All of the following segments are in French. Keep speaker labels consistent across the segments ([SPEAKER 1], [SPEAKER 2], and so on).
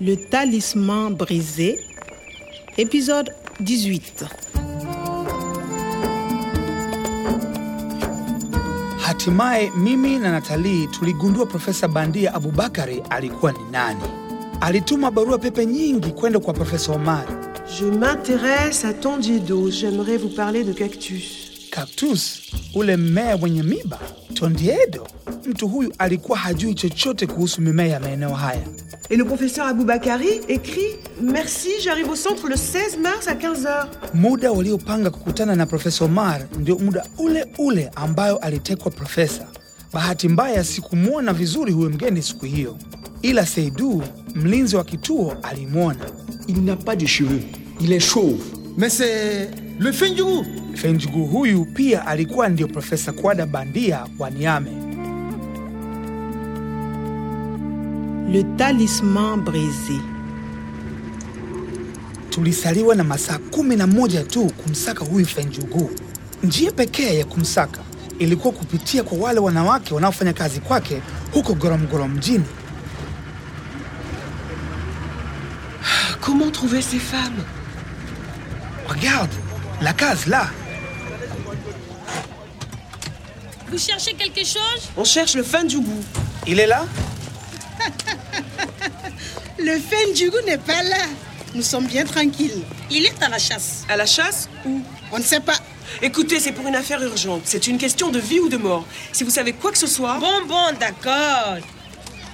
[SPEAKER 1] Le talisman brisé, épisode 18.
[SPEAKER 2] Hatimaye mimi na Natalii tuligundua Profesa Bandia Abubakari alikuwa ni nani. Alituma barua pepe nyingi kwenda kwa Profesa Omari.
[SPEAKER 3] Je m'intéresse à Tondiedo. J'aimerais vous parler de cactus.
[SPEAKER 2] Cactus, ule mmea mwenye miba, tondiedo. Mtu huyu alikuwa hajui chochote kuhusu mimea ya maeneo haya.
[SPEAKER 3] Et le professeur Aboubakari écrit Merci, j'arrive au centre le 16 mars à 15h.
[SPEAKER 2] Muda waliopanga kukutana na Profesa Omar ndio muda ule ule ambayo alitekwa profesa. Bahati mbaya sikumwona vizuri huyo mgeni siku hiyo, ila Seidu, mlinzi wa kituo, alimwona.
[SPEAKER 4] Il n'a pas de cheveux. Il est chauve.
[SPEAKER 5] Mais c'est le Fendjougou.
[SPEAKER 2] Fenjugu huyu pia alikuwa ndio Profesa Kwada Bandia wa Niame.
[SPEAKER 1] Le talisman brisé.
[SPEAKER 2] Tulisaliwa na masaa kumi na moja tu kumsaka huyu Fenjugu. Njia pekee ya kumsaka ilikuwa kupitia kwa wale wanawake wanaofanya kazi kwake huko Goromgoro mjini.
[SPEAKER 3] Comment trouver ces femmes
[SPEAKER 2] Regarde, la case là,
[SPEAKER 6] Vous cherchez quelque chose
[SPEAKER 3] On cherche le fin du goût.
[SPEAKER 2] il est là
[SPEAKER 7] Le Fendjougou n'est pas là. Nous sommes bien tranquilles. Il est à la chasse.
[SPEAKER 3] À la chasse ou
[SPEAKER 7] On ne sait pas.
[SPEAKER 3] Écoutez, c'est pour une affaire urgente. C'est une question de vie ou de mort. Si vous savez quoi que ce soit.
[SPEAKER 6] Bon, bon, d'accord.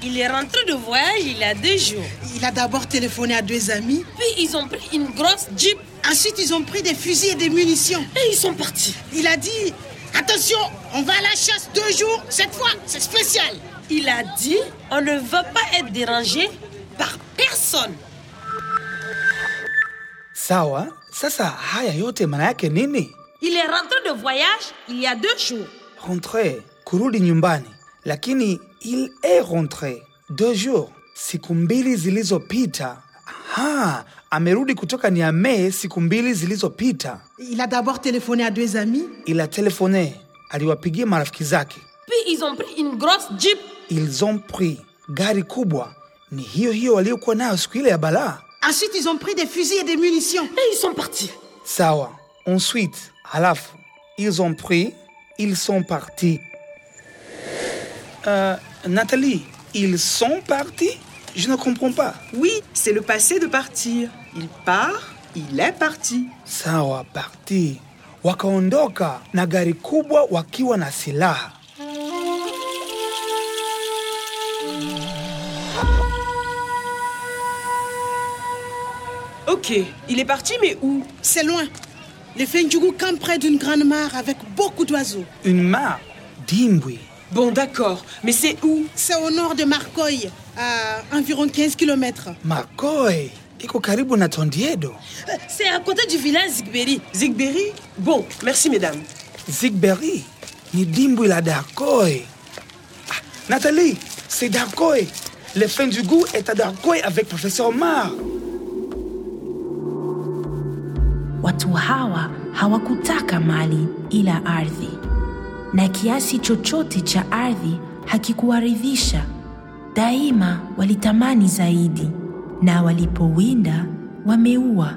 [SPEAKER 6] Il est rentré de voyage il y a deux jours.
[SPEAKER 7] Il a d'abord téléphoné à deux amis.
[SPEAKER 6] Puis ils ont pris une grosse jeep
[SPEAKER 7] Ensuite, ils ont pris des fusils et des munitions.
[SPEAKER 6] et ils sont partis.
[SPEAKER 7] Il a dit Attention, on va à la chasse deux jours. Cette fois, c'est spécial.
[SPEAKER 6] Il a dit on ne veut pas être dérangé par personne.
[SPEAKER 2] Sawa, sasa haya yote maana yake nini?
[SPEAKER 6] Il est rentré de voyage il y a deux jours.
[SPEAKER 2] Rentre, kurudi nyumbani. Lakini il est rentre deux jours, siku mbili zilizopita. Aha, amerudi kutoka Niamey siku mbili zilizopita.
[SPEAKER 7] Il a d'abord téléphoné à deux amis.
[SPEAKER 2] Il a telefone, aliwapigia marafiki zake.
[SPEAKER 6] Puis ils ont pris une grosse jeep.
[SPEAKER 2] Ils ont pris gari kubwa, ni hiyo hiyo waliokuwa nayo siku ile ya balaa.
[SPEAKER 7] Ensuite, ils ont pris des fusils et des munitions.
[SPEAKER 6] Et ils sont partis.
[SPEAKER 2] Sawa, ensuite, halafu ils ont pris, ils sont partis. Euh, Nathalie, ils sont partis Je ne comprends pas.
[SPEAKER 3] Oui, c'est le passé de partir. Il part, il est parti.
[SPEAKER 2] Sawa, parti. Wakaondoka na gari kubwa wakiwa na silaha.
[SPEAKER 3] Ok, il est parti, mais où
[SPEAKER 7] C'est loin. Le Fendjougou campe près d'une grande mare avec beaucoup d'oiseaux.
[SPEAKER 2] Une mare, dimbwi.
[SPEAKER 3] Bon, Oh, d'accord, mais c'est où
[SPEAKER 7] C'est au nord de Marcoy, à environ 15 km.
[SPEAKER 2] Makoi iko karibu na Tondiedo.
[SPEAKER 6] C'est à côté du village Zigberi.
[SPEAKER 3] Zigberry Bon, merci, mesdames.
[SPEAKER 2] Zigberi ni dimbwi la Darkoi. Ah, Nathalie, c'est Darkoi. Le fin du goût est à Darkoi avec professeur Omar.
[SPEAKER 8] Watu hawa hawakutaka mali ila ardhi, na kiasi chochote cha ardhi hakikuwaridhisha. Daima walitamani zaidi, na walipowinda wameua,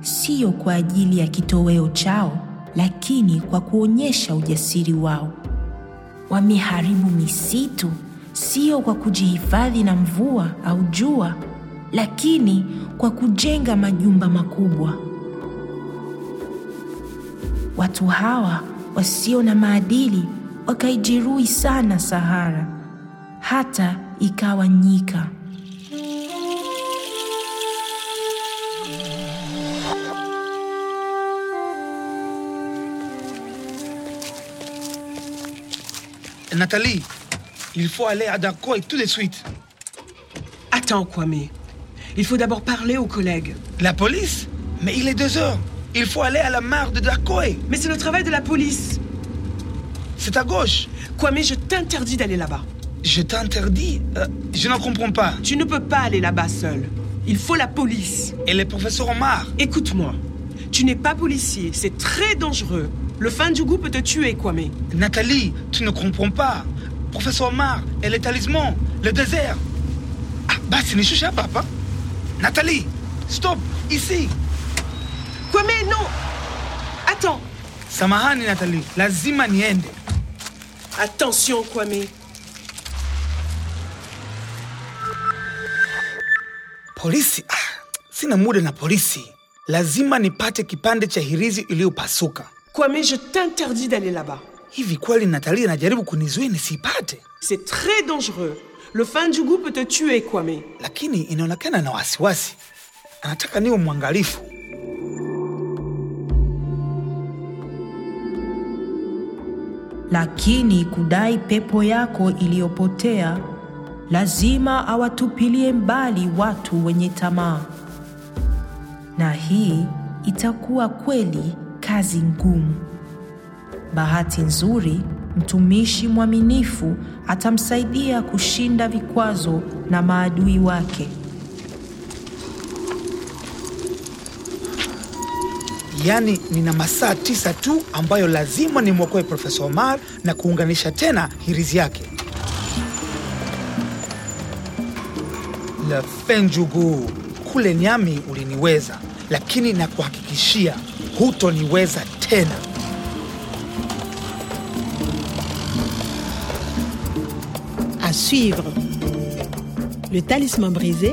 [SPEAKER 8] sio kwa ajili ya kitoweo chao, lakini kwa kuonyesha ujasiri wao. Wameharibu misitu, sio kwa kujihifadhi na mvua au jua, lakini kwa kujenga majumba makubwa. Watu hawa wasio na maadili wakaijeruhi sana Sahara, hata ikawa nyika.
[SPEAKER 2] Nathalie, il faut aller à Darkoi tout de suite.
[SPEAKER 3] Attends, Kwame. Il faut d'abord parler aux collègues.
[SPEAKER 2] La police Mais il est deux heures. Il faut aller à la mare de Darkoi.
[SPEAKER 3] Mais c'est le travail de la police.
[SPEAKER 2] C'est à gauche.
[SPEAKER 3] Kwame, je t'interdis d'aller là-bas.
[SPEAKER 2] Je t'interdis. Euh, je n'en comprends pas.
[SPEAKER 3] Tu ne peux pas aller là-bas seul. Il faut la police.
[SPEAKER 2] Et le professeur Omar
[SPEAKER 3] Écoute-moi. Tu n'es pas policier. C'est très dangereux. Le fin du goût peut te tuer, Kwame.
[SPEAKER 2] Nathalie, tu ne comprends pas. Professeur Omar et les talismans, le désert. Ah, bah, c'est Nishusha, papa. Nathalie, stop ici.
[SPEAKER 3] Kwame, non Attends
[SPEAKER 2] Samahani Nathalie, lazima niende.
[SPEAKER 3] Attention, Kwame
[SPEAKER 2] Polisi? Ah, sina muda na polisi, lazima nipate kipande cha hirizi iliyopasuka.
[SPEAKER 3] Kwame, je t'interdis d'aller là-bas.
[SPEAKER 2] Hivi kweli Nathalie anajaribu kunizuia nisiipate?
[SPEAKER 3] C'est très dangereux. Le fan du goût peut te tuer, Kwame.
[SPEAKER 2] lakini inaonekana na wasiwasi, anataka niwe mwangalifu.
[SPEAKER 8] lakini kudai pepo yako iliyopotea, lazima awatupilie mbali watu wenye tamaa, na hii itakuwa kweli kazi ngumu. Bahati nzuri, mtumishi mwaminifu atamsaidia kushinda vikwazo na maadui wake.
[SPEAKER 2] Yaani nina masaa tisa tu ambayo lazima nimwokoe Profesa Omar na kuunganisha tena hirizi yake. Lafenjugu, kule Nyami uliniweza, lakini nakuhakikishia hutoniweza tena.
[SPEAKER 1] À suivre. Le Talisman brisé,